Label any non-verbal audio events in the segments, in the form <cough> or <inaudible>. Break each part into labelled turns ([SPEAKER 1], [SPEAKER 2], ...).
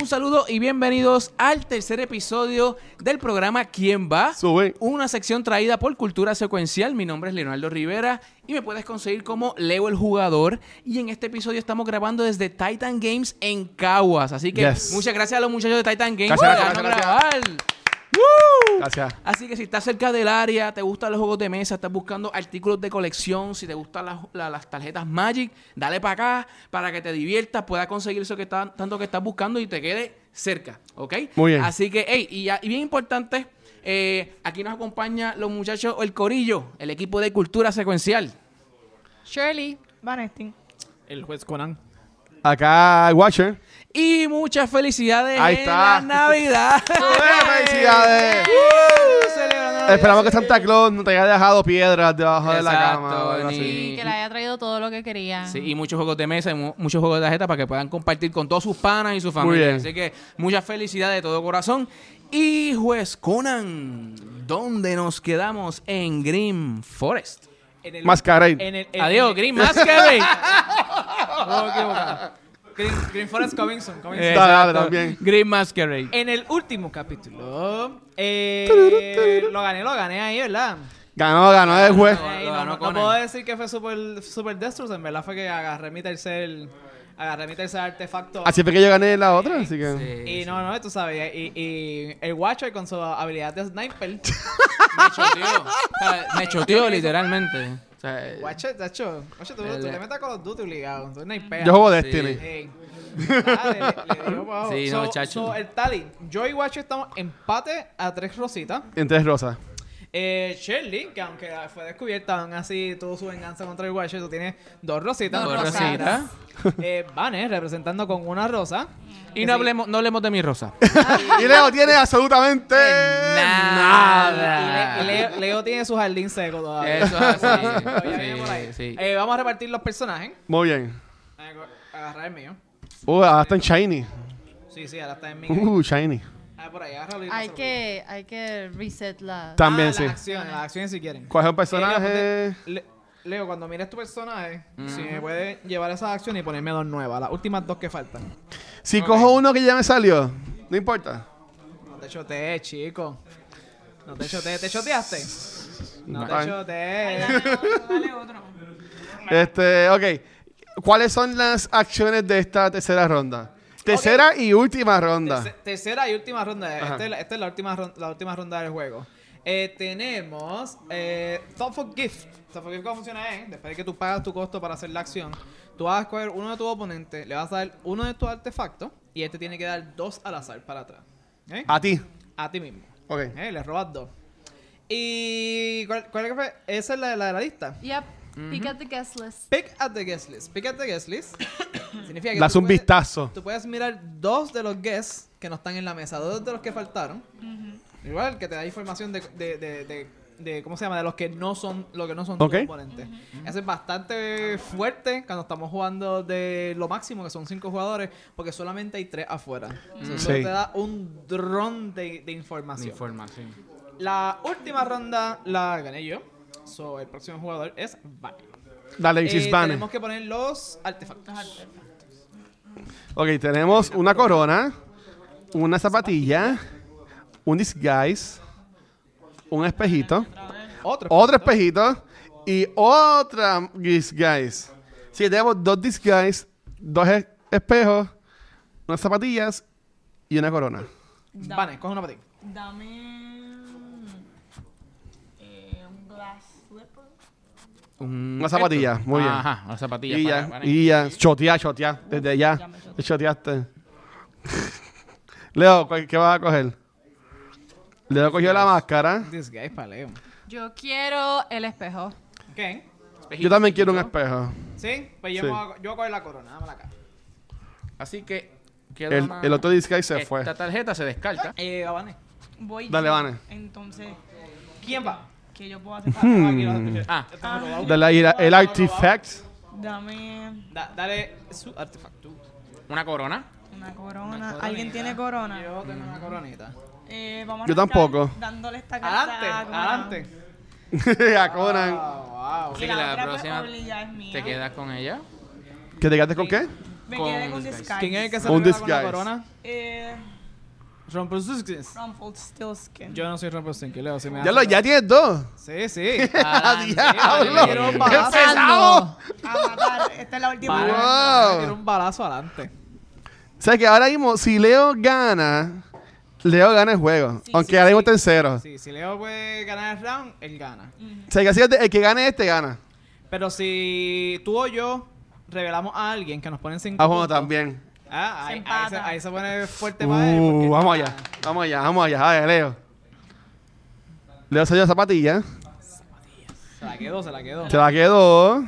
[SPEAKER 1] un saludo y bienvenidos al tercer episodio del programa ¿Quién va?
[SPEAKER 2] Sube.
[SPEAKER 1] Una sección traída por Cultura Secuencial. Mi nombre es Leonardo Rivera y me puedes conseguir como Leo el Jugador. Y en este episodio estamos grabando desde Titan Games en Caguas. Así que
[SPEAKER 2] Yes.
[SPEAKER 1] muchas gracias a los muchachos de Titan Games
[SPEAKER 2] Gracias,
[SPEAKER 1] por
[SPEAKER 2] gracias,
[SPEAKER 1] dejarnos
[SPEAKER 2] gracias.
[SPEAKER 1] grabar.
[SPEAKER 2] Gracias.
[SPEAKER 1] Así que si estás cerca del área, te gustan los juegos de mesa, estás buscando artículos de colección, si te gustan las, la- las tarjetas Magic, dale para acá para que te diviertas, puedas conseguir eso que está, tanto que estás buscando y te quede cerca, ¿ok?
[SPEAKER 2] Muy bien.
[SPEAKER 1] Así que, hey, y, ya- y bien importante, eh, aquí nos acompaña los muchachos, el Corillo, el equipo de Cultura Secuencial.
[SPEAKER 3] Shirley.
[SPEAKER 4] Van Esting.
[SPEAKER 5] El juez Conan.
[SPEAKER 2] Acá, Watcher.
[SPEAKER 1] Y muchas felicidades
[SPEAKER 2] Ahí
[SPEAKER 1] en la
[SPEAKER 2] está. <laughs>
[SPEAKER 1] Navidad. <laughs>
[SPEAKER 2] ¡Felicidades!
[SPEAKER 1] Celebrando la
[SPEAKER 2] Esperamos que Santa Claus no te haya dejado piedras debajo de la
[SPEAKER 1] Exacto,
[SPEAKER 2] cama. o algo así.
[SPEAKER 1] ni-
[SPEAKER 3] Y que le haya traído todo lo que quería.
[SPEAKER 1] Sí, y muchos juegos de mesa y mu- muchos juegos de tarjeta para que puedan compartir con todos sus panas y su
[SPEAKER 2] bien.
[SPEAKER 1] familia. Así que muchas felicidades de todo corazón. Y juez Conan, ¿dónde nos quedamos en Green Forest?
[SPEAKER 5] En
[SPEAKER 2] Mascaray.
[SPEAKER 5] en el- en-
[SPEAKER 1] Adiós,
[SPEAKER 2] eh, <laughs>
[SPEAKER 5] en-
[SPEAKER 1] Green Masquerade.
[SPEAKER 5] <laughs> No, equivocado. Green, Green Forest Cominson. Cominson.
[SPEAKER 1] Exacto.
[SPEAKER 2] Dale, dale, también.
[SPEAKER 1] Green Masquerade.
[SPEAKER 5] En el último capítulo. eh, lo gané, lo gané ahí, ¿verdad?
[SPEAKER 2] Ganó, ganó el juez.
[SPEAKER 1] Lo
[SPEAKER 5] Ahí,
[SPEAKER 1] ganó
[SPEAKER 5] no, no- no
[SPEAKER 1] Conan.
[SPEAKER 5] puedo decir que fue super, super Dextrous, en verdad fue que agarré mi tercer. Agarré mi tercer artefacto.
[SPEAKER 2] Así fue que yo gané la otra, así que.
[SPEAKER 5] y no, no, tú sabes. Y, y el Watcher con su habilidad
[SPEAKER 2] <laughs>
[SPEAKER 5] de sniper.
[SPEAKER 1] Me
[SPEAKER 2] eh,
[SPEAKER 1] choteó. O sea, Me choteó literalmente. O sea, eh,
[SPEAKER 5] Watcher, tacho. Watcher, tú, tú
[SPEAKER 1] El-
[SPEAKER 5] te metas con los Duty obligados. Tú snipeas.
[SPEAKER 2] Yo juego Destiny.
[SPEAKER 5] Ey. Ah, le- le dio pa' abajo.
[SPEAKER 1] <laughs> Sí, no,
[SPEAKER 5] So-
[SPEAKER 1] chacho.
[SPEAKER 5] so, el Tali, yo y Watcher estamos empate a tres rositas.
[SPEAKER 2] En tres rosas.
[SPEAKER 5] Eh, Shirley, que aunque fue descubierta, aún así tuvo su venganza contra el Watcher, tú tienes dos rositas.
[SPEAKER 1] Dos
[SPEAKER 5] Rosas.
[SPEAKER 1] rositas.
[SPEAKER 5] Eh, Vane, representando con una rosa.
[SPEAKER 1] Y no hablemos, no hablemos de mi
[SPEAKER 2] <laughs>
[SPEAKER 1] rosa.
[SPEAKER 2] Y Leo tiene absolutamente.
[SPEAKER 1] Nada.
[SPEAKER 5] Y Le- Leo, Leo tiene su jardín seco todavía.
[SPEAKER 1] Eso es así.
[SPEAKER 5] <laughs> Todavía viene por ahí.
[SPEAKER 1] Sí, sí.
[SPEAKER 5] Eh, vamos a repartir los personajes.
[SPEAKER 2] Muy bien.
[SPEAKER 5] Agarrar el mío.
[SPEAKER 2] Uh, ahora está en Shiny.
[SPEAKER 5] Sí, sí, ahora está en mí.
[SPEAKER 2] Uh, Shiny.
[SPEAKER 5] Ah, por ahí, agárralo y
[SPEAKER 3] Hay
[SPEAKER 5] pásalo.
[SPEAKER 3] que, hay que reset la.
[SPEAKER 5] Ah,
[SPEAKER 2] También,
[SPEAKER 5] las
[SPEAKER 2] sí.
[SPEAKER 5] acciones, las acciones si quieren.
[SPEAKER 2] ¿Cuál es el
[SPEAKER 5] Eh,
[SPEAKER 2] personaje?
[SPEAKER 5] Leo, ponte- Le- Leo, cuando mires tu personaje, si me puedes llevar esas acciones y ponerme dos nuevas, las últimas dos que faltan.
[SPEAKER 2] Si cojo uno que ya me salió, no importa.
[SPEAKER 5] No te chotees, chico. No te chotees, ¿te choteaste? No
[SPEAKER 2] Bye.
[SPEAKER 5] te chotees.
[SPEAKER 4] Dale otro.
[SPEAKER 2] Este, ok. ¿Cuáles son las acciones de esta tercera ronda? Tercera y última ronda.
[SPEAKER 5] Terce- tercera y última ronda.
[SPEAKER 2] Ajá.
[SPEAKER 5] Esta es, la, esta es la última ronda, la última ronda del juego. Eh, tenemos eh, Thoughtful Gift. Thoughtful Gift, ¿cómo funciona? Es, después de que tú pagas tu costo para hacer la acción, tú vas a escoger uno de tus oponentes, le vas a dar uno de tus artefactos y este tiene que dar dos al azar para atrás. ¿Eh?
[SPEAKER 2] A ti.
[SPEAKER 5] A ti mismo.
[SPEAKER 2] Ok.
[SPEAKER 5] ¿Eh? Le robas dos. ¿Y cuál, cuál es que fue? Esa es la, la de la lista.
[SPEAKER 3] Yep. Pick up the guest list.
[SPEAKER 5] Pick at the guest list. Pick at the guest list. <coughs> Significa que
[SPEAKER 2] Le
[SPEAKER 5] tú
[SPEAKER 2] hace un
[SPEAKER 5] puedes-
[SPEAKER 2] vistazo.
[SPEAKER 5] Tú puedes mirar dos de los guests que no están en la mesa, dos de los que faltaron. Igual que te da información de, de, de, de- de- ¿cómo se llama? De los que no son, lo que no son
[SPEAKER 2] Ok.
[SPEAKER 5] tus oponentes. Eso es bastante fuerte cuando estamos jugando de lo máximo, que son cinco jugadores, porque solamente hay tres afuera. Eso solo
[SPEAKER 2] Mm. Sí.
[SPEAKER 5] te da un dron de, de
[SPEAKER 1] Mi
[SPEAKER 5] información.
[SPEAKER 1] información.
[SPEAKER 5] La última ronda la gané yo. So, el próximo jugador es Vane.
[SPEAKER 2] Dale,
[SPEAKER 5] Eh,
[SPEAKER 2] Isis Bane.
[SPEAKER 5] tenemos que poner los artefactos.
[SPEAKER 2] Ok, tenemos una corona, una zapatilla, un disguise, un espejito,
[SPEAKER 5] Otro.
[SPEAKER 2] otro espejito y otra disguise. Sí, tenemos dos disguise, dos es- espejos, unas zapatillas y una corona.
[SPEAKER 5] Vane, coge una para ti.
[SPEAKER 4] Dame. eh, un glass slipper.
[SPEAKER 1] Un-
[SPEAKER 2] Una zapatilla, muy bien.
[SPEAKER 1] Ah, Ajá, una zapatilla.
[SPEAKER 2] Y
[SPEAKER 1] para-
[SPEAKER 2] ya,
[SPEAKER 1] para-
[SPEAKER 2] y ya, chotea, chotea, desde ya, te choteaste. <laughs> Leo, ¿cuál- ¿qué vas a coger? Leo cogió la máscara.
[SPEAKER 5] This guy es paleo.
[SPEAKER 3] Yo quiero el espejo.
[SPEAKER 5] ¿Qué?
[SPEAKER 2] Yo también quiero un espejo.
[SPEAKER 5] ¿Sí? Pues yo,
[SPEAKER 2] Sí.
[SPEAKER 5] me voy a, yo voy a coger la corona, dámela acá.
[SPEAKER 1] Así que queda
[SPEAKER 2] El,
[SPEAKER 1] una-
[SPEAKER 2] el otro disguise se fue.
[SPEAKER 1] Esta tarjeta se descarta.
[SPEAKER 5] Eh, Vane.
[SPEAKER 4] Voy
[SPEAKER 2] Dale,
[SPEAKER 4] yo.
[SPEAKER 2] Vane.
[SPEAKER 4] Entonces,
[SPEAKER 5] ¿Quién va?
[SPEAKER 4] ¿qué yo puedo hacer
[SPEAKER 5] Ah,
[SPEAKER 2] <laughs>
[SPEAKER 4] para.?
[SPEAKER 5] aquí lo-
[SPEAKER 1] Ah.
[SPEAKER 5] estamos robados.
[SPEAKER 2] Dale ahí la- el artifact.
[SPEAKER 4] Dame
[SPEAKER 5] Da- dale su artefacto.
[SPEAKER 1] Una corona.
[SPEAKER 4] una corona. ¿Alguien tiene corona?
[SPEAKER 5] Yo tengo una coronita.
[SPEAKER 4] Eh, vamos
[SPEAKER 2] Yo
[SPEAKER 4] a arrancar
[SPEAKER 2] tampoco.
[SPEAKER 4] Dándole esta carta.
[SPEAKER 5] Adelante,
[SPEAKER 4] a Conan.
[SPEAKER 2] <laughs>
[SPEAKER 5] adelante.
[SPEAKER 2] a Conan.
[SPEAKER 5] Ah,
[SPEAKER 1] Así
[SPEAKER 5] wow.
[SPEAKER 4] Y
[SPEAKER 1] que
[SPEAKER 4] la,
[SPEAKER 1] la
[SPEAKER 4] otra, pues,
[SPEAKER 1] próxima
[SPEAKER 4] Orly ya es
[SPEAKER 2] <laughs>
[SPEAKER 4] mía.
[SPEAKER 1] ¿Te quedas con ella?
[SPEAKER 2] ¿Que te quedaste con qué?
[SPEAKER 4] Me
[SPEAKER 1] con
[SPEAKER 4] quedé con
[SPEAKER 1] disguise.
[SPEAKER 4] disguise.
[SPEAKER 5] ¿Quién es el que se
[SPEAKER 2] Un
[SPEAKER 5] revela con la
[SPEAKER 2] disguise.
[SPEAKER 5] corona?
[SPEAKER 4] Eh,
[SPEAKER 5] Rumpelstiltskin.
[SPEAKER 4] Rumpled Stillskin.
[SPEAKER 5] Yo no soy Rumpelstiltskin, Leo. Si me
[SPEAKER 2] Ya lo, ya tienes dos.
[SPEAKER 5] Sí, sí.
[SPEAKER 2] <laughs>
[SPEAKER 1] Ah,
[SPEAKER 2] ¡Diablo!
[SPEAKER 1] sí, vale,
[SPEAKER 5] Empezando.
[SPEAKER 1] vale.
[SPEAKER 2] ¡Empezamos!
[SPEAKER 4] A matar. Ah, Esta es la última.
[SPEAKER 2] Wow.
[SPEAKER 4] ronda.
[SPEAKER 5] Tiene un balazo adelante.
[SPEAKER 2] O sea que ahora mismo, si Leo gana, Leo gana el juego. aunque ahora mismo es tercero.
[SPEAKER 5] Sí, si Leo puede ganar el round, él gana.
[SPEAKER 2] O sea que así, el que gane este gana.
[SPEAKER 5] Pero si tú o yo revelamos a alguien que nos ponen sin
[SPEAKER 2] Ah, bueno, también.
[SPEAKER 5] Ah,
[SPEAKER 4] Se
[SPEAKER 5] ahí, ahí,
[SPEAKER 4] empata.
[SPEAKER 5] se, ahí se pone fuerte para él.
[SPEAKER 2] Uh,
[SPEAKER 5] porque-
[SPEAKER 2] vamos allá, vamos allá, vamos allá. A ver, Leo. Leo salió la zapatilla.
[SPEAKER 5] Se la quedó, se la quedó.
[SPEAKER 2] Se la quedó.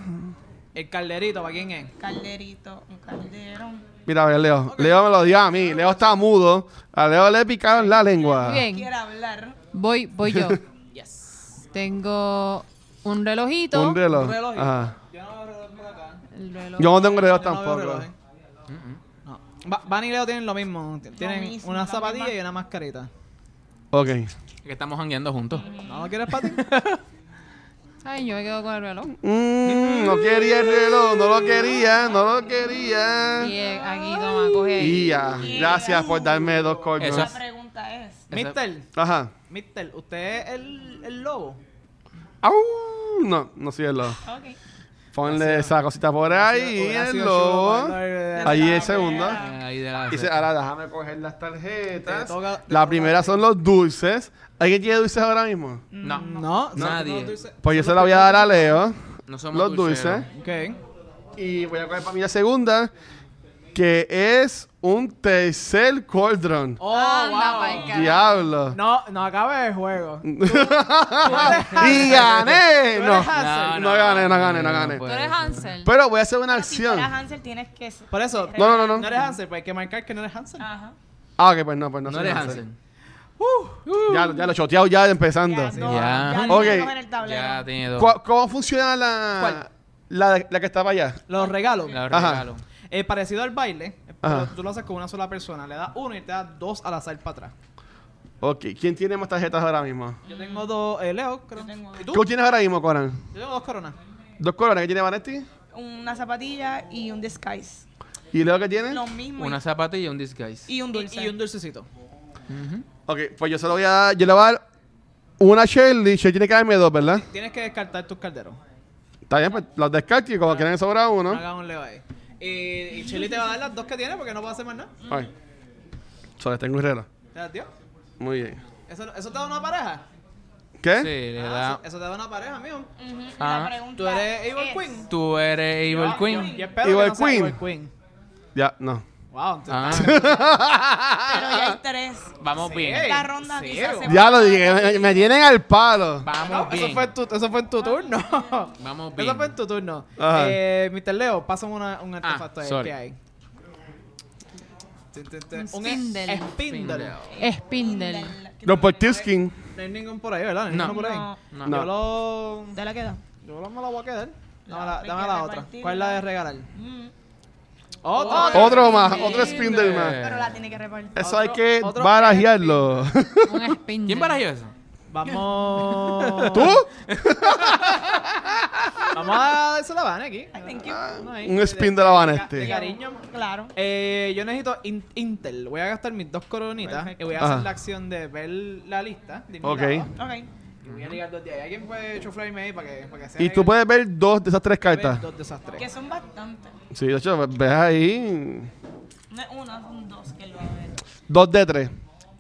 [SPEAKER 5] El calderito, ¿para quién es?
[SPEAKER 4] Calderito. Un calderón.
[SPEAKER 2] Mira, a ver, Leo. Leo me lo dio a mí. Leo está mudo. A Leo le picaron la lengua.
[SPEAKER 3] Muy bien,
[SPEAKER 4] Quiero hablar.
[SPEAKER 3] voy,
[SPEAKER 2] <laughs>
[SPEAKER 3] voy yo. Tengo un relojito.
[SPEAKER 2] Un reloj.
[SPEAKER 5] Un reloj.
[SPEAKER 2] Ajá.
[SPEAKER 5] Yo no veo reloj por acá.
[SPEAKER 3] El reloj.
[SPEAKER 2] Yo no tengo reloj
[SPEAKER 5] Yo no veo
[SPEAKER 2] tampoco.
[SPEAKER 5] reloj. ¿eh? No. Va- Van y Leo tienen lo mismo. T- Tienen
[SPEAKER 4] mismo,
[SPEAKER 5] una
[SPEAKER 4] la
[SPEAKER 5] zapatilla
[SPEAKER 4] misma-
[SPEAKER 5] y una mascarita.
[SPEAKER 2] Ok.
[SPEAKER 1] Que estamos jangueando juntos. Eh,
[SPEAKER 5] ¿No lo quieres
[SPEAKER 2] <laughs>
[SPEAKER 5] para ti? <laughs>
[SPEAKER 3] Ay, yo me quedo con el reloj.
[SPEAKER 2] Mm, no quería el reloj. No lo quería. No lo quería.
[SPEAKER 3] Y eh, aquí, toma, coge ahí.
[SPEAKER 2] Ah. Y ya. Gracias por darme dos cornos.
[SPEAKER 1] Eso-
[SPEAKER 4] La pregunta es.
[SPEAKER 1] Ese-
[SPEAKER 5] Mister,
[SPEAKER 2] Ajá.
[SPEAKER 5] Mister, ¿usted es el, el lobo?
[SPEAKER 2] Au. No, no soy el lobo.
[SPEAKER 4] Ok.
[SPEAKER 2] Ponle esa cosita por ahí.
[SPEAKER 5] Hubiera
[SPEAKER 2] El
[SPEAKER 5] sido chulo
[SPEAKER 2] lobo.
[SPEAKER 5] para ver-
[SPEAKER 2] Ahí
[SPEAKER 4] La
[SPEAKER 2] el segundo.
[SPEAKER 4] primera.
[SPEAKER 1] Ahí de la-
[SPEAKER 2] Y dice, ahora déjame coger las tarjetas.
[SPEAKER 5] Te toca- te
[SPEAKER 2] la
[SPEAKER 5] toca-
[SPEAKER 2] primera son los dulces. ¿Alguien quiere dulces ahora mismo?
[SPEAKER 1] No, no,
[SPEAKER 5] Mm, No, son
[SPEAKER 1] Nadie.
[SPEAKER 5] los dulces-
[SPEAKER 2] Pues yo
[SPEAKER 5] son
[SPEAKER 2] se la
[SPEAKER 5] los
[SPEAKER 2] voy a dar a Leo.
[SPEAKER 1] somos
[SPEAKER 2] Los dulces.
[SPEAKER 1] dulceros.
[SPEAKER 5] primeros. Ok.
[SPEAKER 2] Y voy a coger para mí la segunda, que es un tercer cordron.
[SPEAKER 5] Oh,
[SPEAKER 3] Anda,
[SPEAKER 5] wow.
[SPEAKER 3] pa'l carajo.
[SPEAKER 2] Diablo.
[SPEAKER 5] No, no acaba el juego.
[SPEAKER 2] <laughs> y gané.
[SPEAKER 5] Tú
[SPEAKER 2] No,
[SPEAKER 5] eres Hansel.
[SPEAKER 2] no gané, no gané, no gané.
[SPEAKER 3] Tú
[SPEAKER 1] puede
[SPEAKER 3] eres
[SPEAKER 1] ser.
[SPEAKER 3] Hansel.
[SPEAKER 2] Pero voy a hacer una
[SPEAKER 4] Si fueras
[SPEAKER 2] acción.
[SPEAKER 4] Hansel tienes que...
[SPEAKER 5] Por eso,
[SPEAKER 2] No, no, no,
[SPEAKER 5] no
[SPEAKER 2] no.
[SPEAKER 5] eres Hansel, pues hay que marcar que no eres Hansel.
[SPEAKER 4] Ajá.
[SPEAKER 2] Ah, ok, pues no, pues no.
[SPEAKER 1] No
[SPEAKER 2] soy
[SPEAKER 1] eres Hansen.
[SPEAKER 2] Ya, lo- ya lo choteado ya empezando.
[SPEAKER 4] Ya, dos,
[SPEAKER 1] Ya.
[SPEAKER 4] ya
[SPEAKER 2] Ok.
[SPEAKER 4] tenemos en el tablero.
[SPEAKER 1] Ya tiene dos.
[SPEAKER 2] ¿Cu- ¿Cómo funciona la,
[SPEAKER 5] ¿Cuál?
[SPEAKER 2] la, la que estaba allá?
[SPEAKER 5] Los regalos.
[SPEAKER 1] La
[SPEAKER 2] Ajá.
[SPEAKER 1] regalo.
[SPEAKER 5] Eh, parecido al baile, eh, pero
[SPEAKER 2] Ajá.
[SPEAKER 5] tú lo haces con una sola persona. Le das uno y te das dos al azar para atrás.
[SPEAKER 2] Ok, ¿quién tiene más tarjetas ahora mismo?
[SPEAKER 5] Yo tengo dos, eh, Leo, creo.
[SPEAKER 4] tengo-
[SPEAKER 5] ¿Y tú?
[SPEAKER 2] ¿Qué tienes ahora mismo, Coran?
[SPEAKER 5] Yo tengo dos coronas.
[SPEAKER 2] Dos coronas que tiene Vanetti.
[SPEAKER 4] Una zapatilla y un disguise.
[SPEAKER 2] ¿Y luego qué tiene?
[SPEAKER 4] Lo mismo. y-
[SPEAKER 1] Una zapatilla y un disguise.
[SPEAKER 4] y un dulce.
[SPEAKER 5] Y, y un dulcecito.
[SPEAKER 2] Ok, pues yo se lo voy a dar. Yo le voy a dar una a Shirley. Shirley tiene que darme dos, ¿verdad?
[SPEAKER 5] Tienes que descartar tus calderos.
[SPEAKER 2] Está bien, pues los descarto y como que me sobra
[SPEAKER 5] No
[SPEAKER 2] uno.
[SPEAKER 5] hagas un Leo ahí. Y, y Chili te va a dar las dos que tiene porque no puede hacer más nada.
[SPEAKER 2] Ay. Solo tengo un reloj.
[SPEAKER 5] ¿Te das, tío?
[SPEAKER 2] Muy bien.
[SPEAKER 5] ¿Eso, ¿Eso te da una pareja?
[SPEAKER 2] ¿Qué?
[SPEAKER 1] Sí, le
[SPEAKER 5] Ah,
[SPEAKER 1] da.
[SPEAKER 5] eso, eso te da una pareja, mío.
[SPEAKER 4] Ujú, y
[SPEAKER 1] Ajá.
[SPEAKER 4] La pregunta
[SPEAKER 5] ¿Tú eres Evil
[SPEAKER 4] es-
[SPEAKER 5] Queen?
[SPEAKER 1] Tú eres Evil
[SPEAKER 5] Ah, Yo,
[SPEAKER 1] Queen.
[SPEAKER 5] yo espero
[SPEAKER 2] Evil
[SPEAKER 5] que no sea
[SPEAKER 2] Queen.
[SPEAKER 5] Evil Queen.
[SPEAKER 2] Ya, no.
[SPEAKER 5] Wow, te-
[SPEAKER 1] Ah,
[SPEAKER 4] Pero ya hay tres.
[SPEAKER 1] vamos
[SPEAKER 5] Sí.
[SPEAKER 1] bien.
[SPEAKER 4] La ronda quizás
[SPEAKER 5] Cero.
[SPEAKER 4] se
[SPEAKER 2] Ya lo dije, me, me tienen al palo.
[SPEAKER 1] Vamos
[SPEAKER 5] No, eso,
[SPEAKER 1] bien.
[SPEAKER 5] fue en tu, eso fue en tu turno.
[SPEAKER 1] Vamos
[SPEAKER 5] Eso
[SPEAKER 1] bien.
[SPEAKER 5] fue en tu turno.
[SPEAKER 2] Ajá.
[SPEAKER 5] Eh, Mr. Leo, pásame una, un artefacto este ahí
[SPEAKER 1] sorry.
[SPEAKER 5] que hay. Tin, tin, tin.
[SPEAKER 3] Un
[SPEAKER 5] e-
[SPEAKER 3] spindle.
[SPEAKER 5] spindle.
[SPEAKER 3] Spindle.
[SPEAKER 2] Los Portilskin.
[SPEAKER 5] No hay ningún por ahí, ¿verdad? Ninguno
[SPEAKER 1] No.
[SPEAKER 5] por ahí.
[SPEAKER 4] No.
[SPEAKER 1] No.
[SPEAKER 5] Yo lo.
[SPEAKER 4] ¿Te la queda?
[SPEAKER 5] Yo lo, me la voy a quedar. Dame la,
[SPEAKER 4] hay
[SPEAKER 5] dame
[SPEAKER 4] que
[SPEAKER 5] la otra.
[SPEAKER 4] repartirla.
[SPEAKER 5] ¿Cuál es la de regalar?
[SPEAKER 4] Mm,
[SPEAKER 5] Otro.
[SPEAKER 2] Otro más, otro Spindle más.
[SPEAKER 4] Pero la tiene que repartir.
[SPEAKER 2] Eso
[SPEAKER 5] Otro-
[SPEAKER 2] hay que
[SPEAKER 5] otro-
[SPEAKER 2] barajearlo.
[SPEAKER 3] Un spindle.
[SPEAKER 1] ¿Quién barajó eso?
[SPEAKER 5] Vamos.
[SPEAKER 2] ¿Tú?
[SPEAKER 5] <laughs> Vamos a dársela a Vane aquí.
[SPEAKER 4] Thank you.
[SPEAKER 2] Ah,
[SPEAKER 5] Uno <laughs> ahí.
[SPEAKER 2] <laughs> Un spin de la Habana este.
[SPEAKER 5] De cariño.
[SPEAKER 4] Claro.
[SPEAKER 5] Eh, yo necesito in- Intel. Voy a gastar mis dos coronitas y voy a
[SPEAKER 2] Ajá.
[SPEAKER 5] hacer la acción de ver la lista. De
[SPEAKER 2] Ok.
[SPEAKER 5] invitados.
[SPEAKER 4] Ok.
[SPEAKER 5] Y voy a ligar dos de ahí. ¿Alguien puede chuflarme ahí para que, para que sea
[SPEAKER 2] Y tú
[SPEAKER 5] el-
[SPEAKER 2] puedes ver dos de esas tres
[SPEAKER 5] ver
[SPEAKER 2] cartas.
[SPEAKER 5] Dos de esas tres.
[SPEAKER 4] Que son bastantes.
[SPEAKER 2] Sí, de hecho, ves ahí.
[SPEAKER 4] No es una, son dos que lo va a ver.
[SPEAKER 2] Dos de tres.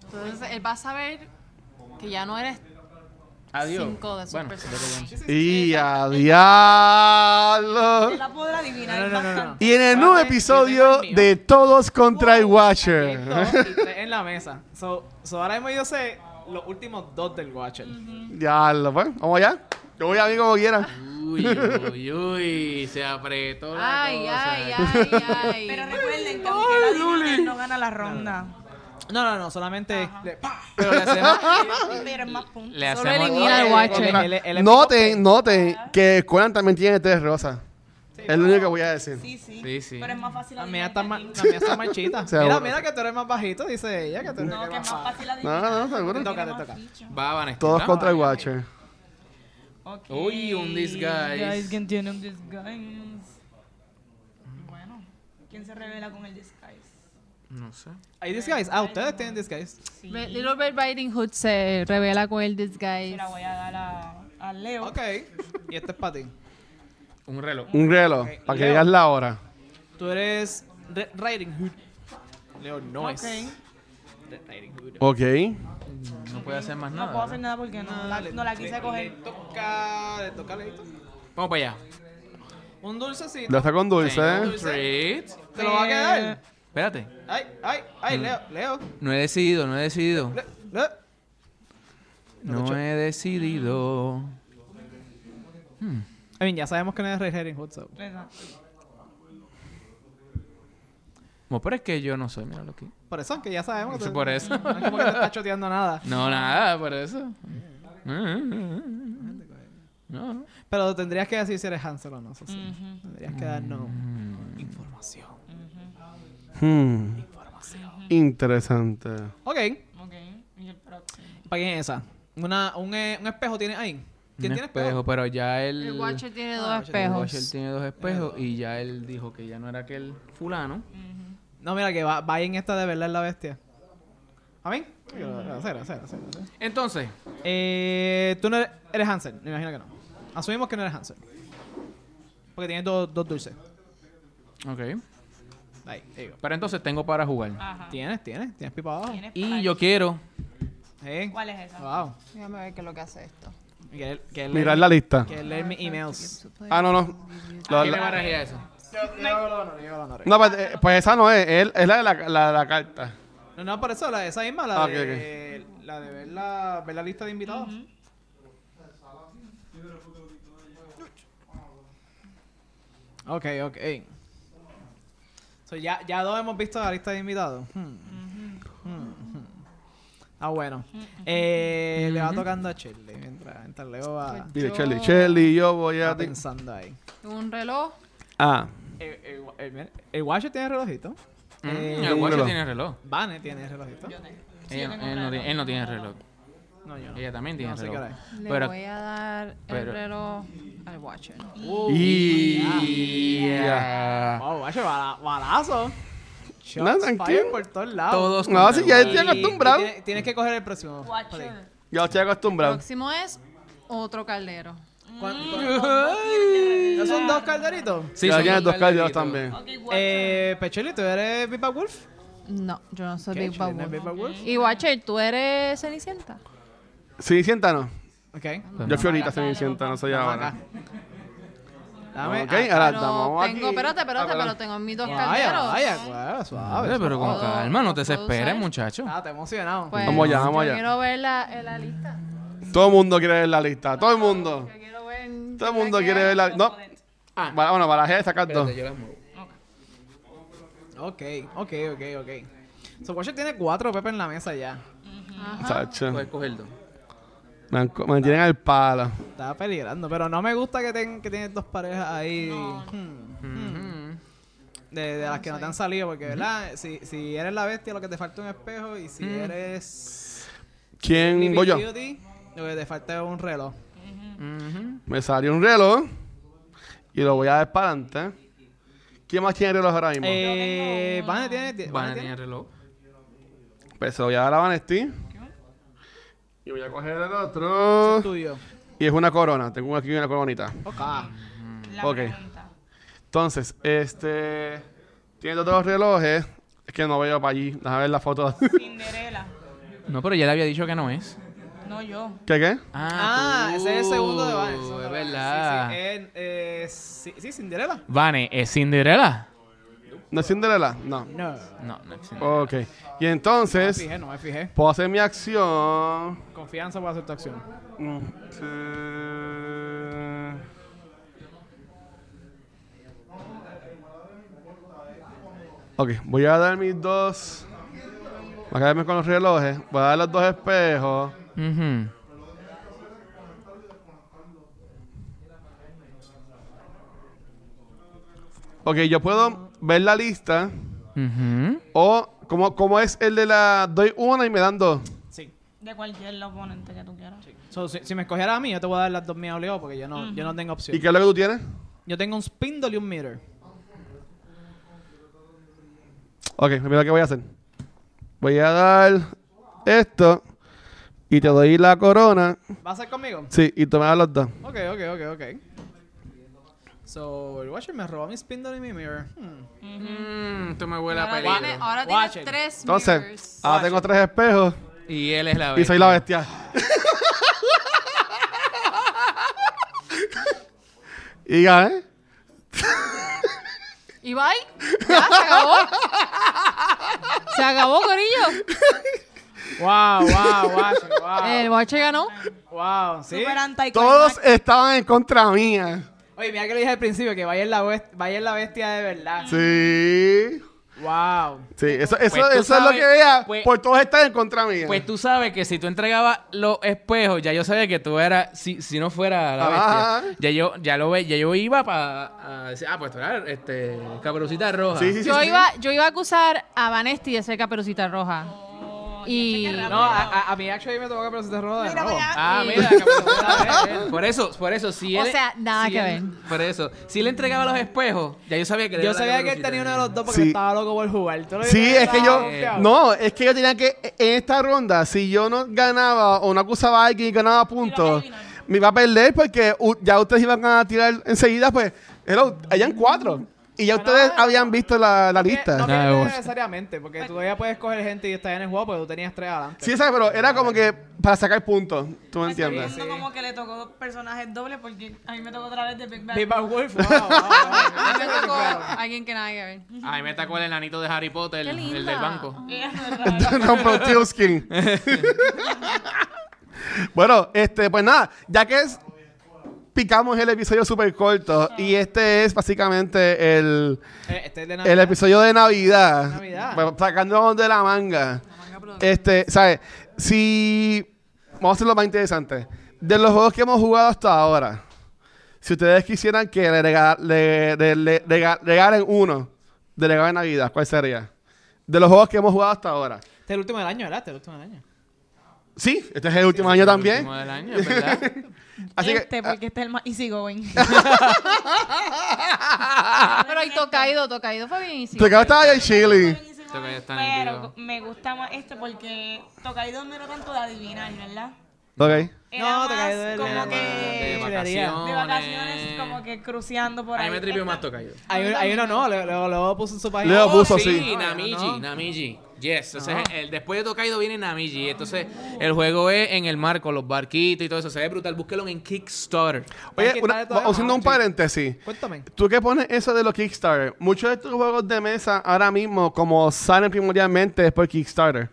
[SPEAKER 3] Entonces él va a saber que ya no eres
[SPEAKER 1] Adiós.
[SPEAKER 3] cinco de sus
[SPEAKER 1] Bueno,
[SPEAKER 3] personas.
[SPEAKER 5] Este
[SPEAKER 2] Y a diablo.
[SPEAKER 4] Te la podrá adivinar.
[SPEAKER 5] No, no, no, no, no.
[SPEAKER 4] bastante.
[SPEAKER 2] Y en el nuevo
[SPEAKER 5] Espérate,
[SPEAKER 2] episodio
[SPEAKER 5] yo tengo el mío. Uh,
[SPEAKER 2] de Todos contra el Watcher.
[SPEAKER 5] Esto, y tres en la mesa. So, so ahora mismo yo sé los últimos dos del Watcher.
[SPEAKER 2] <laughs> Diablo, bueno, vamos allá. Yo voy a mí como quiera.
[SPEAKER 1] Uy, uy, uy. Se apretó la
[SPEAKER 3] Ay,
[SPEAKER 1] cosa.
[SPEAKER 3] ay, ay, ay.
[SPEAKER 4] <laughs> Pero recuerden que aunque la adivinen, no gana
[SPEAKER 2] <laughs>
[SPEAKER 4] la ronda.
[SPEAKER 5] No, no, no, solamente. le- ¡pah!
[SPEAKER 1] Pero le
[SPEAKER 4] <laughs>
[SPEAKER 1] hacemos.
[SPEAKER 4] Pero es más puntos.
[SPEAKER 1] Le
[SPEAKER 3] Solo
[SPEAKER 1] hacemos
[SPEAKER 3] elimina al
[SPEAKER 5] Oye,
[SPEAKER 3] Watcher.
[SPEAKER 5] el- el- el-
[SPEAKER 2] Noten, noten que Conan también tiene tres rosas. Es lo único que voy a decir.
[SPEAKER 4] Sí, sí.
[SPEAKER 1] Sí, sí.
[SPEAKER 4] Pero es más fácil
[SPEAKER 5] La
[SPEAKER 4] adivinar.
[SPEAKER 5] mía está,
[SPEAKER 4] que
[SPEAKER 5] ma-
[SPEAKER 4] aquí.
[SPEAKER 5] la mía
[SPEAKER 2] <laughs>
[SPEAKER 5] está marchita.
[SPEAKER 2] Seguro.
[SPEAKER 5] Mira, mira que tú eres más bajito, dice ella. Que tú eres
[SPEAKER 4] No, que
[SPEAKER 5] más
[SPEAKER 4] es más
[SPEAKER 5] bajo.
[SPEAKER 4] fácil adivinar.
[SPEAKER 2] No, no, seguro.
[SPEAKER 5] Te toca, te
[SPEAKER 4] Tiene más
[SPEAKER 5] toca.
[SPEAKER 4] ficha.
[SPEAKER 1] Va, Vanessa.
[SPEAKER 2] Todos
[SPEAKER 1] ¿no?
[SPEAKER 2] contra el Watcher.
[SPEAKER 4] Ok.
[SPEAKER 1] Uy, un disguise.
[SPEAKER 4] Guys, ¿Quién tiene un disguise? Bueno. ¿Quién se revela con el disguise?
[SPEAKER 1] No sé.
[SPEAKER 5] Hay disguise. Ah, ustedes tienen disguise.
[SPEAKER 4] Sí.
[SPEAKER 3] Ve- Little Red Riding Hood se revela con el disguise.
[SPEAKER 4] Se la voy a dar a, a Leo.
[SPEAKER 5] Ok. Y este es para ti.
[SPEAKER 1] Un reloj.
[SPEAKER 2] Un reloj,
[SPEAKER 5] Ok,
[SPEAKER 2] para que
[SPEAKER 5] Leo.
[SPEAKER 2] digas la hora.
[SPEAKER 5] Tú eres Red Riding Hood. Leo no es.
[SPEAKER 4] Ok.
[SPEAKER 5] Red Riding Hood.
[SPEAKER 2] Ok.
[SPEAKER 1] No puede hacer más
[SPEAKER 4] No
[SPEAKER 1] nada.
[SPEAKER 4] puedo hacer
[SPEAKER 1] ¿verdad?
[SPEAKER 4] nada porque no, la, no la quise
[SPEAKER 5] Le-
[SPEAKER 4] coger.
[SPEAKER 5] Le toca. Le toca a Leito.
[SPEAKER 1] Vamos para allá.
[SPEAKER 5] Un dulcecito.
[SPEAKER 2] Lo está con dulce.
[SPEAKER 1] Tengo un
[SPEAKER 2] ¿eh?
[SPEAKER 1] treat.
[SPEAKER 5] Te lo va a
[SPEAKER 4] Eh.
[SPEAKER 5] quedar.
[SPEAKER 1] Espérate.
[SPEAKER 5] Ay, ay, ay, Leo, Leo.
[SPEAKER 1] No he decidido, no he decidido.
[SPEAKER 5] Le- le-
[SPEAKER 1] No he decidido.
[SPEAKER 5] I mean, ya sabemos que no es Red Riding Hood, so.
[SPEAKER 4] Esa.
[SPEAKER 1] Bueno, pero es que yo no sé, míralo aquí.
[SPEAKER 5] Por eso, que ya sabemos.
[SPEAKER 1] Sí, por eso.
[SPEAKER 5] No es como que te está choteando nada.
[SPEAKER 1] No, nada, por eso. No.
[SPEAKER 5] Pero tendrías que decir si eres Hansel o no. Eso sí.
[SPEAKER 4] Ujú.
[SPEAKER 5] Tendrías que darnos
[SPEAKER 1] Mm.
[SPEAKER 5] información.
[SPEAKER 2] Hmm. Interesante.
[SPEAKER 5] Ok.
[SPEAKER 4] Ok. Y el próximo.
[SPEAKER 5] ¿Para quién es esa? Una, un, eh, un espejo tiene ahí. ¿Quién
[SPEAKER 1] Un
[SPEAKER 5] tiene
[SPEAKER 1] espejo,
[SPEAKER 5] espejo?
[SPEAKER 1] pero ya él.
[SPEAKER 3] El Watcher tiene dos
[SPEAKER 5] Ah, Watcher tiene
[SPEAKER 1] el
[SPEAKER 3] espejos.
[SPEAKER 1] Watcher tiene dos espejos y ya él dijo que ya no era aquel fulano.
[SPEAKER 5] No, mira que va, va en esta de verdad la bestia. ¿A mí? Cero, cero, cero, cero.
[SPEAKER 1] Entonces,
[SPEAKER 5] Eh, Tú no eres, eres Hansel, me imagino que no. Asumimos que no eres Hansel. Porque tienes dos, dos dulces.
[SPEAKER 1] ok.
[SPEAKER 5] Ahí, ahí digo.
[SPEAKER 1] Pero entonces tengo para
[SPEAKER 5] Ah,
[SPEAKER 1] jugar.
[SPEAKER 4] Ajá.
[SPEAKER 5] Tienes, tienes, tienes pipa abajo.
[SPEAKER 4] ¿Tienes para
[SPEAKER 1] Y Ah, yo quiero.
[SPEAKER 5] Eh.
[SPEAKER 4] ¿Cuál es esa?
[SPEAKER 5] Wow.
[SPEAKER 3] Déjame ver qué es lo que hace esto.
[SPEAKER 5] Que, que
[SPEAKER 2] Mirar la lista.
[SPEAKER 5] Que leer mis emails.
[SPEAKER 2] Ah, no, no. Lo-
[SPEAKER 1] ¿Quién le
[SPEAKER 2] la-
[SPEAKER 1] barajea eso?
[SPEAKER 2] no, pues, eh, pues esa no es. él- Es la de la, la- la carta.
[SPEAKER 5] No, no, por eso, la, esa misma, la
[SPEAKER 2] Ah,
[SPEAKER 5] de,
[SPEAKER 2] ok,
[SPEAKER 5] La de ver la, ver la lista de invitados. Ok, ok. So, ya, ya dos hemos visto la lista de invitados. Hmm. Hmm, hmm. Ah, bueno. Eh, Le va tocando a Shirley mientras, mientras Leo va,
[SPEAKER 2] Mire,
[SPEAKER 3] Yo- Ah,
[SPEAKER 2] Shelly, Shelly, yo voy a.
[SPEAKER 5] va pensando ahí.
[SPEAKER 3] Un reloj.
[SPEAKER 2] Ah,
[SPEAKER 5] El, el, gua- Eh, el, mira, el Watcher tiene relojito.
[SPEAKER 1] Mm,
[SPEAKER 5] Eh,
[SPEAKER 1] el
[SPEAKER 2] un
[SPEAKER 1] Watcher
[SPEAKER 2] reloj.
[SPEAKER 1] tiene reloj.
[SPEAKER 5] Vane tiene relojito.
[SPEAKER 4] Sí,
[SPEAKER 1] Ella-
[SPEAKER 4] yo
[SPEAKER 1] él,
[SPEAKER 4] tengo un
[SPEAKER 1] no
[SPEAKER 4] reloj.
[SPEAKER 1] tiene, él no tiene reloj.
[SPEAKER 5] No, yo no.
[SPEAKER 1] Ella también tiene
[SPEAKER 5] No sé qué
[SPEAKER 1] reloj.
[SPEAKER 5] hora
[SPEAKER 3] Le
[SPEAKER 1] Pero-
[SPEAKER 3] voy a dar
[SPEAKER 1] pero-
[SPEAKER 3] el reloj al Watcher.
[SPEAKER 5] Uh,
[SPEAKER 2] Y.
[SPEAKER 5] Wow, guacho, bala- balazo. Shots
[SPEAKER 2] No,
[SPEAKER 5] fired
[SPEAKER 2] tranquilo.
[SPEAKER 5] por todos lados.
[SPEAKER 1] Todos.
[SPEAKER 2] No,
[SPEAKER 1] contra
[SPEAKER 2] sí,
[SPEAKER 1] el
[SPEAKER 2] ya
[SPEAKER 1] Watcher.
[SPEAKER 2] estoy acostumbrado.
[SPEAKER 5] Tienes, tienes que coger el próximo.
[SPEAKER 4] Watcher.
[SPEAKER 2] Ya estoy
[SPEAKER 3] El
[SPEAKER 2] acostumbrado.
[SPEAKER 3] próximo es otro caldero.
[SPEAKER 5] ¿No son dos calderitos?
[SPEAKER 1] Sí,
[SPEAKER 2] ya
[SPEAKER 1] son
[SPEAKER 2] tienes dos
[SPEAKER 1] calderitos.
[SPEAKER 2] cartas también.
[SPEAKER 4] Ok,
[SPEAKER 1] Mm.
[SPEAKER 4] Watcher.
[SPEAKER 5] Eh, Pecheli, ¿tú eres Big Bad Wolf?
[SPEAKER 3] No, yo no soy
[SPEAKER 5] ¿Qué?
[SPEAKER 3] Big
[SPEAKER 5] Shirley
[SPEAKER 3] Bad
[SPEAKER 5] no es Big
[SPEAKER 3] Wolf.
[SPEAKER 5] Bad Wolf.
[SPEAKER 3] Y Watcher, ¿tú eres Cenicienta?
[SPEAKER 2] Sí, siéntanos.
[SPEAKER 5] Ok.
[SPEAKER 1] Pues
[SPEAKER 2] Yo fui ahorita, se me sienta, no soy
[SPEAKER 5] Dame
[SPEAKER 2] ahora.
[SPEAKER 5] acá. Dame.
[SPEAKER 2] Ok, ahora
[SPEAKER 5] ah,
[SPEAKER 3] Pero
[SPEAKER 2] estamos aquí.
[SPEAKER 3] tengo, espérate, espérate,
[SPEAKER 2] Ah,
[SPEAKER 3] pero tengo mis dos
[SPEAKER 5] Vaya,
[SPEAKER 3] calderos.
[SPEAKER 5] vaya, guau, suave.
[SPEAKER 1] Oye, pero con
[SPEAKER 3] Puedo-
[SPEAKER 1] calma, no te
[SPEAKER 3] puedo
[SPEAKER 1] desesperes,
[SPEAKER 3] usar.
[SPEAKER 1] muchacho.
[SPEAKER 5] Ah, te emocionado.
[SPEAKER 3] Pues,
[SPEAKER 2] Vamos allá, vamos
[SPEAKER 3] yo
[SPEAKER 2] allá.
[SPEAKER 3] quiero ver la, eh, la lista.
[SPEAKER 2] Todo el mundo quiere ver la lista, todo el mundo.
[SPEAKER 3] Yo quiero ver...
[SPEAKER 2] Todo el mundo quiere ver la lista. No.
[SPEAKER 1] Ah.
[SPEAKER 2] Ba- Bueno, barajé de sacar dos.
[SPEAKER 5] mm. Ok, ok, ok, ok. So, Watcher tiene cuatro Pepe en la mesa ya.
[SPEAKER 2] Sacho.
[SPEAKER 3] Pues.
[SPEAKER 1] Puedes coger dos.
[SPEAKER 2] Me, han co- me tienen al palo.
[SPEAKER 5] Estaba peligrando, pero no me gusta que, ten, que tienes dos parejas ahí. Hmm.
[SPEAKER 1] Mm. Ujú.
[SPEAKER 5] De, de las que no te han salido, porque, ¿verdad? Si, si eres la bestia, lo que te falta es un espejo. Y si eres.
[SPEAKER 2] ¿Quién
[SPEAKER 5] Sleepy
[SPEAKER 2] voy yo?
[SPEAKER 5] Beauty, lo que te falta es un reloj.
[SPEAKER 1] Ujú.
[SPEAKER 2] Me salió un reloj y lo voy a dar para adelante. ¿Quién más tiene reloj ahora mismo?
[SPEAKER 5] Eh, Vane
[SPEAKER 1] Van
[SPEAKER 5] tiene.
[SPEAKER 1] a
[SPEAKER 5] Vane
[SPEAKER 1] tener
[SPEAKER 5] tiene.
[SPEAKER 1] reloj.
[SPEAKER 2] Pues se lo voy a dar a Vanesti. Y voy a coger el otro.
[SPEAKER 5] Tuyo.
[SPEAKER 2] Y es una corona. Tengo aquí una coronita.
[SPEAKER 5] Ok.
[SPEAKER 4] La
[SPEAKER 2] ok.
[SPEAKER 4] pregunta.
[SPEAKER 2] Entonces, este. Tiene otros relojes. Es que no veo para allí. Déjame ver la foto. <laughs> ¿Qué
[SPEAKER 4] Cinderela.
[SPEAKER 1] No, pero ya le había dicho que no es.
[SPEAKER 4] No yo.
[SPEAKER 2] qué?
[SPEAKER 5] Ah,
[SPEAKER 1] tú.
[SPEAKER 5] ese es el segundo de Vane.
[SPEAKER 1] Es
[SPEAKER 5] eso de Vane.
[SPEAKER 1] verdad.
[SPEAKER 5] Sí, sí, en, eh, sí, sí, Cinderella.
[SPEAKER 1] Vane, ¿es Cinderella?
[SPEAKER 2] ¿No es Cinderella? No.
[SPEAKER 5] No.
[SPEAKER 1] No, no es Cinderella.
[SPEAKER 2] Ok. Y
[SPEAKER 5] Me
[SPEAKER 2] entonces,
[SPEAKER 5] fijé, no me fijé.
[SPEAKER 2] puedo hacer mi acción.
[SPEAKER 5] Confianza para hacer tu acción.
[SPEAKER 2] Mm, eh, Ok, voy a dar mis dos. Voy a quedarme con los relojes. Voy a dar los dos espejos.
[SPEAKER 1] Ujú.
[SPEAKER 2] Ok, yo puedo ver la lista.
[SPEAKER 1] Ujú.
[SPEAKER 2] O, como, como es el de la. Doy una y me dan dos.
[SPEAKER 5] Sí.
[SPEAKER 4] De cualquier oponente que tú quieras.
[SPEAKER 5] So, si, si me escogieras a mí, yo te voy a dar las dos mías obligado porque yo no, yo no tengo opción.
[SPEAKER 2] ¿Y qué es lo que tú tienes?
[SPEAKER 5] Yo tengo un spindle y un mirror.
[SPEAKER 2] Ok, mira lo que voy a hacer. Voy a dar esto y te doy la corona.
[SPEAKER 5] ¿Vas a ser conmigo?
[SPEAKER 2] Sí, y tú me das los dos.
[SPEAKER 5] Ok, ok, ok, ok. So, el Watcher me robó mi spindle y mi mirror. Hmm.
[SPEAKER 1] Mmm,
[SPEAKER 5] Mm,
[SPEAKER 1] esto me huele a
[SPEAKER 3] Ahora
[SPEAKER 1] peligro.
[SPEAKER 3] tiene, ahora
[SPEAKER 5] Watch
[SPEAKER 3] tiene
[SPEAKER 5] it.
[SPEAKER 3] tres
[SPEAKER 2] Entonces,
[SPEAKER 3] mirrors.
[SPEAKER 2] ahora tengo tres espejos
[SPEAKER 1] Y él es la
[SPEAKER 2] y soy la bestia. <laughs> y gané.
[SPEAKER 3] Y bye. Ya, se acabó. se acabó, Corillo.
[SPEAKER 5] Wow, wow, Watcher,
[SPEAKER 4] <laughs>
[SPEAKER 5] wow.
[SPEAKER 4] Eh,
[SPEAKER 3] El Watcher ganó.
[SPEAKER 5] Wow, sí.
[SPEAKER 4] Super anticlimax.
[SPEAKER 2] Todos estaban en contra mía.
[SPEAKER 5] Oye, mira que le dije al principio que vaya en la, best- vaya en la bestia de verdad.
[SPEAKER 2] Sí.
[SPEAKER 5] Wow.
[SPEAKER 2] Sí, eso, eso,
[SPEAKER 1] Pues tú
[SPEAKER 2] eso es lo
[SPEAKER 1] sabes,
[SPEAKER 2] que veía.
[SPEAKER 1] pues-
[SPEAKER 2] por todos están en contra mía.
[SPEAKER 1] Pues tú sabes que si tú entregabas los espejos, ya yo sabía que tú eras, si, si no fuera la
[SPEAKER 2] Ajá.
[SPEAKER 1] bestia, ya yo, ya lo ve, ya yo iba para decir, ah, pues tú eras este caperucita roja.
[SPEAKER 2] Sí, sí, sí.
[SPEAKER 3] Yo
[SPEAKER 2] sí.
[SPEAKER 3] iba, yo iba a acusar a Vanesti de ser caperucita roja. y ah,
[SPEAKER 5] No, a, a, a mí actually me tocó que procesar roda. de
[SPEAKER 4] Mira
[SPEAKER 5] nuevo.
[SPEAKER 4] para
[SPEAKER 5] <laughs>
[SPEAKER 4] allá.
[SPEAKER 1] Ah,
[SPEAKER 3] Sí.
[SPEAKER 1] mira, Caperucita,
[SPEAKER 2] <laughs>
[SPEAKER 1] eh, eh. por eso, por eso, si
[SPEAKER 3] O
[SPEAKER 1] él.
[SPEAKER 3] sea, nada
[SPEAKER 1] si
[SPEAKER 3] que
[SPEAKER 1] él- Por eso, si él entregaba los espejos, ya yo sabía que él
[SPEAKER 5] Yo
[SPEAKER 1] era la
[SPEAKER 5] sabía que él
[SPEAKER 1] Caperucita.
[SPEAKER 5] tenía uno de los dos porque
[SPEAKER 2] Sí.
[SPEAKER 5] estaba loco por jugar. ¿Tú lo
[SPEAKER 2] Sí,
[SPEAKER 5] viste?
[SPEAKER 2] es que
[SPEAKER 5] Estaba
[SPEAKER 2] yo.
[SPEAKER 5] confiado.
[SPEAKER 2] No, es que yo tenía que. En esta ronda, si yo no ganaba o no acusaba a alguien y ganaba puntos, me iba a perder porque u- ya ustedes iban a tirar enseguida, pues. Hello, hayan cuatro. Y ya ustedes habían visto la, la
[SPEAKER 5] Que-
[SPEAKER 2] lista. Ah,
[SPEAKER 5] No, que
[SPEAKER 1] Nada,
[SPEAKER 5] no
[SPEAKER 1] vamos.
[SPEAKER 5] necesariamente, porque tú todavía puedes coger gente y estar en el juego porque tú tenías tres adelante.
[SPEAKER 2] Sí, ¿sabes? Pero era como que para sacar puntos. ¿Tú me entiendes? <laughs>
[SPEAKER 4] Todo el mundo como que le tocó dos personajes dobles porque a mí me tocó otra vez de Big Bang.
[SPEAKER 5] Big Bang Wolf, wow, wow, wow. <laughs>
[SPEAKER 3] A mí me tocó alguien que nada que ver.
[SPEAKER 1] Ay, me tacó el enanito de Harry Potter,
[SPEAKER 3] Qué
[SPEAKER 1] el,
[SPEAKER 3] linda.
[SPEAKER 1] el del banco.
[SPEAKER 2] Rumpelstiltskin. <laughs> bueno, este, pues nada, ya que es- picamos el episodio súper corto y este es básicamente el,
[SPEAKER 5] Eh, Este es de
[SPEAKER 2] el
[SPEAKER 5] Navidad.
[SPEAKER 2] episodio de Navidad,
[SPEAKER 5] Navidad.
[SPEAKER 2] Bueno, sacándonos de la manga. Este, ¿sabes? Si vamos a hacer lo más interesante de los juegos que hemos jugado hasta ahora. Si ustedes quisieran que le, rega- le- le- le- rega- regalen uno de regalo de Navidad, ¿cuál sería? De los juegos que hemos jugado hasta ahora.
[SPEAKER 5] Este es el último del año, ¿verdad? Este es el último del año.
[SPEAKER 2] Sí, este es el último año
[SPEAKER 1] El
[SPEAKER 2] también.
[SPEAKER 1] último del año, es ¿verdad?
[SPEAKER 2] Así
[SPEAKER 4] este,
[SPEAKER 2] que,
[SPEAKER 4] porque este es el más easy going.
[SPEAKER 2] <laughs>
[SPEAKER 3] Pero ahí Tocaido, Tocaido fue bien easy.
[SPEAKER 2] te acabo estaba en Chile.
[SPEAKER 1] Este que está
[SPEAKER 4] Pero
[SPEAKER 1] nítido.
[SPEAKER 4] me gusta más este porque Tocaido no era tanto de adivinar, ¿verdad?
[SPEAKER 2] Ok.
[SPEAKER 4] Era
[SPEAKER 5] No,
[SPEAKER 4] más
[SPEAKER 5] Tokaido era
[SPEAKER 4] <laughs> como
[SPEAKER 5] más
[SPEAKER 4] que
[SPEAKER 1] de
[SPEAKER 4] de,
[SPEAKER 1] vacaciones.
[SPEAKER 4] vacaciones, como que cruceando por
[SPEAKER 1] A
[SPEAKER 4] ahí.
[SPEAKER 1] mí me tripió
[SPEAKER 4] Este-
[SPEAKER 1] más tocayo.
[SPEAKER 5] Hay uno, hay uno no, luego- luego luego puso en su Oh, página.
[SPEAKER 2] Leo puso, sí.
[SPEAKER 1] Sí, Namiji,
[SPEAKER 5] No, no.
[SPEAKER 1] Namiji. Yes. Entonces, el, después de Tokaido viene Namiji. Entonces, el juego es en el marco, los barquitos y todo eso. Se ve brutal. Búsquelo en Kickstarter.
[SPEAKER 2] Oye,
[SPEAKER 5] Hay que
[SPEAKER 2] una-
[SPEAKER 5] estar todavía
[SPEAKER 2] haciendo
[SPEAKER 5] más,
[SPEAKER 2] un
[SPEAKER 5] sí.
[SPEAKER 2] paréntesis.
[SPEAKER 5] Cuéntame.
[SPEAKER 2] Tú que pones eso de los Kickstarter, muchos de estos juegos de mesa ahora mismo, como salen primordialmente, es por Kickstarter.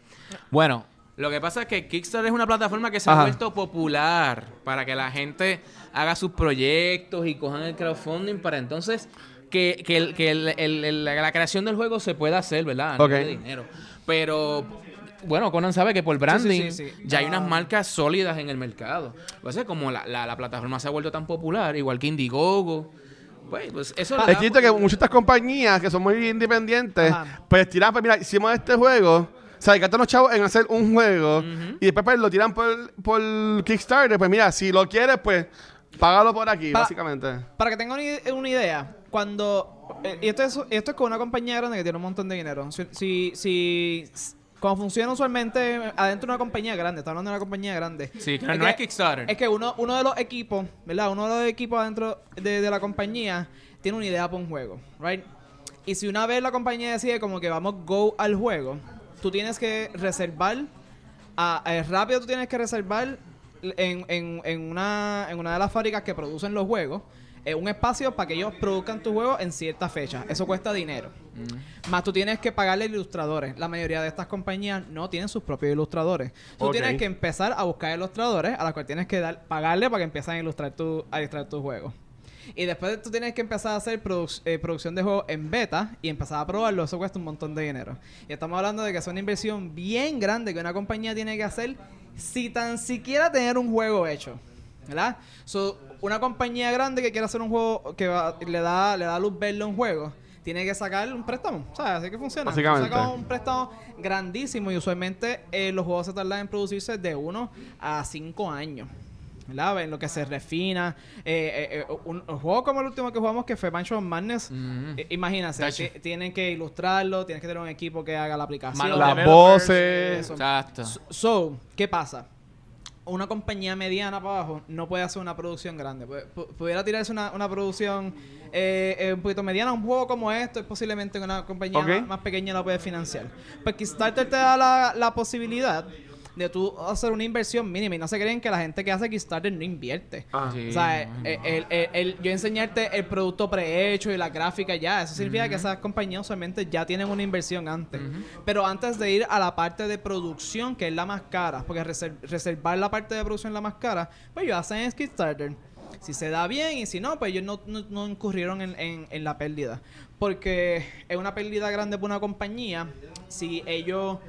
[SPEAKER 1] Bueno, lo que pasa es que Kickstarter es una plataforma que se
[SPEAKER 2] Ajá.
[SPEAKER 1] ha vuelto popular para que la gente haga sus proyectos y cojan el crowdfunding para entonces que, que el- que el- el- el- la la creación del juego se pueda hacer, ¿verdad? A nivel
[SPEAKER 2] Ok.
[SPEAKER 1] de dinero. Pero bueno, Conan sabe que por branding
[SPEAKER 5] sí, sí.
[SPEAKER 1] ya hay
[SPEAKER 5] Ah.
[SPEAKER 1] unas marcas sólidas en el mercado. O sea, como la, la- la plataforma se ha vuelto tan popular, igual que Indiegogo, pues, pues eso le
[SPEAKER 2] Ah, Es
[SPEAKER 1] da-
[SPEAKER 2] cierto que muchas de estas compañías que son muy independientes,
[SPEAKER 5] Ajá.
[SPEAKER 2] pues tiran, pues mira, hicimos este juego. O sea, gastan los chavos en hacer un juego y después pues, lo tiran por, por Kickstarter. Pues mira, si lo quieres, pues págalo por aquí,
[SPEAKER 5] Pa-
[SPEAKER 2] básicamente.
[SPEAKER 5] Para que tengan una, ide- una idea, cuando. eh, y esto es, esto es con una compañía grande que tiene un montón de dinero. Si. si, si- s- como funciona usualmente adentro de una compañía grande, está hablando de una compañía grande.
[SPEAKER 1] Sí, pero no es Kickstarter.
[SPEAKER 5] Es que uno, uno de los equipos, ¿verdad? Uno de los equipos adentro de, de la compañía tiene una idea para un juego, ¿right? Y si una vez la compañía decide como que vamos go al juego, tú tienes que reservar a- eh, rápido tú tienes que reservar en, en- en una, en una de las fábricas que producen los juegos eh, un espacio para que ellos produzcan tu juego en cierta fecha. Eso cuesta dinero. Más tú tienes que pagarle ilustradores. La mayoría de estas compañías no tienen sus propios ilustradores. Tú
[SPEAKER 2] Ok.
[SPEAKER 5] tienes que empezar a buscar ilustradores a los cuales tienes que dar, pagarle para que empiecen a ilustrar tu, a ilustrar tu juego. Y después tú tienes que empezar a hacer produc- eh, producción de juegos en beta y empezar a probarlo. Eso cuesta un montón de dinero. Y estamos hablando de que es una inversión bien grande que una compañía tiene que hacer si tan siquiera tener un juego hecho. ¿Verdad? So, una compañía grande que quiere hacer un juego que va- le, da, le da luz verde a un juego, tiene que sacar un préstamo. ¿Sabes? Así que funciona. Tú
[SPEAKER 2] Básicamente.
[SPEAKER 5] sacas un préstamo grandísimo y usualmente eh, los juegos se tardan en producirse de uno a cinco años. ¿verdad? ¿verdad? En lo que se refina. Eh, eh, eh, un, un juego como el último que jugamos, que fue Mansion Madness, eh, imagínense,
[SPEAKER 1] Tacho.
[SPEAKER 5] ti- tienen que ilustrarlo, tienes que tener un equipo que haga la aplicación.
[SPEAKER 1] Malo
[SPEAKER 2] Las
[SPEAKER 1] developers,
[SPEAKER 2] voces.
[SPEAKER 5] eso.
[SPEAKER 1] Exacto.
[SPEAKER 5] So, ¿qué pasa? Una compañía mediana para abajo no puede hacer una producción grande. Pu- pu- Pudiera tirarse una, una producción eh, eh, un poquito mediana, un juego como esto, es posiblemente una compañía
[SPEAKER 2] Ok.
[SPEAKER 5] más, más pequeña la puede financiar. Pues Kickstarter te da la, la posibilidad de tú hacer una inversión mínima y no se creen que la gente que hace Kickstarter no invierte.
[SPEAKER 2] Ah.
[SPEAKER 1] Sí,
[SPEAKER 5] O sea, eh,
[SPEAKER 1] no,
[SPEAKER 5] el- el- el- el- yo enseñarte el producto prehecho y la gráfica ya, eso significa que esas compañías usualmente ya tienen una inversión antes. Pero antes de ir a la parte de producción, que es la más cara, porque reser- reservar la parte de producción es la más cara, pues ellos hacen en Kickstarter. Si se da bien y si no, pues ellos no, no- no incurrieron en, en- en la pérdida. Porque es una pérdida grande para una compañía si ellos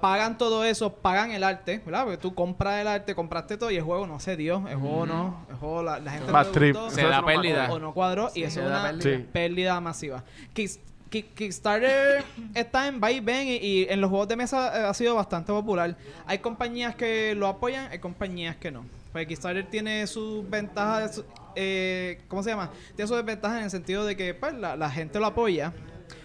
[SPEAKER 5] pagan todo eso, pagan el arte, ¿verdad? Porque tú compras el arte, compraste todo y el juego no se dio, el juego no, el juego la, la gente no
[SPEAKER 2] Bad
[SPEAKER 5] le
[SPEAKER 2] trip.
[SPEAKER 5] gustó
[SPEAKER 1] Se da pérdida.
[SPEAKER 5] o no cuadró y
[SPEAKER 1] se
[SPEAKER 5] eso es
[SPEAKER 1] da
[SPEAKER 5] una
[SPEAKER 1] pérdida.
[SPEAKER 2] Sí.
[SPEAKER 5] pérdida. masiva. Kicks- Kick- Kickstarter está en va y ven y, y en los juegos de mesa eh, ha sido bastante popular. Hay compañías que lo apoyan, hay compañías que no. Pues Kickstarter tiene sus ventajas, su- eh, ¿cómo se llama? Tiene sus desventajas en el sentido de que pues, la, la gente lo apoya,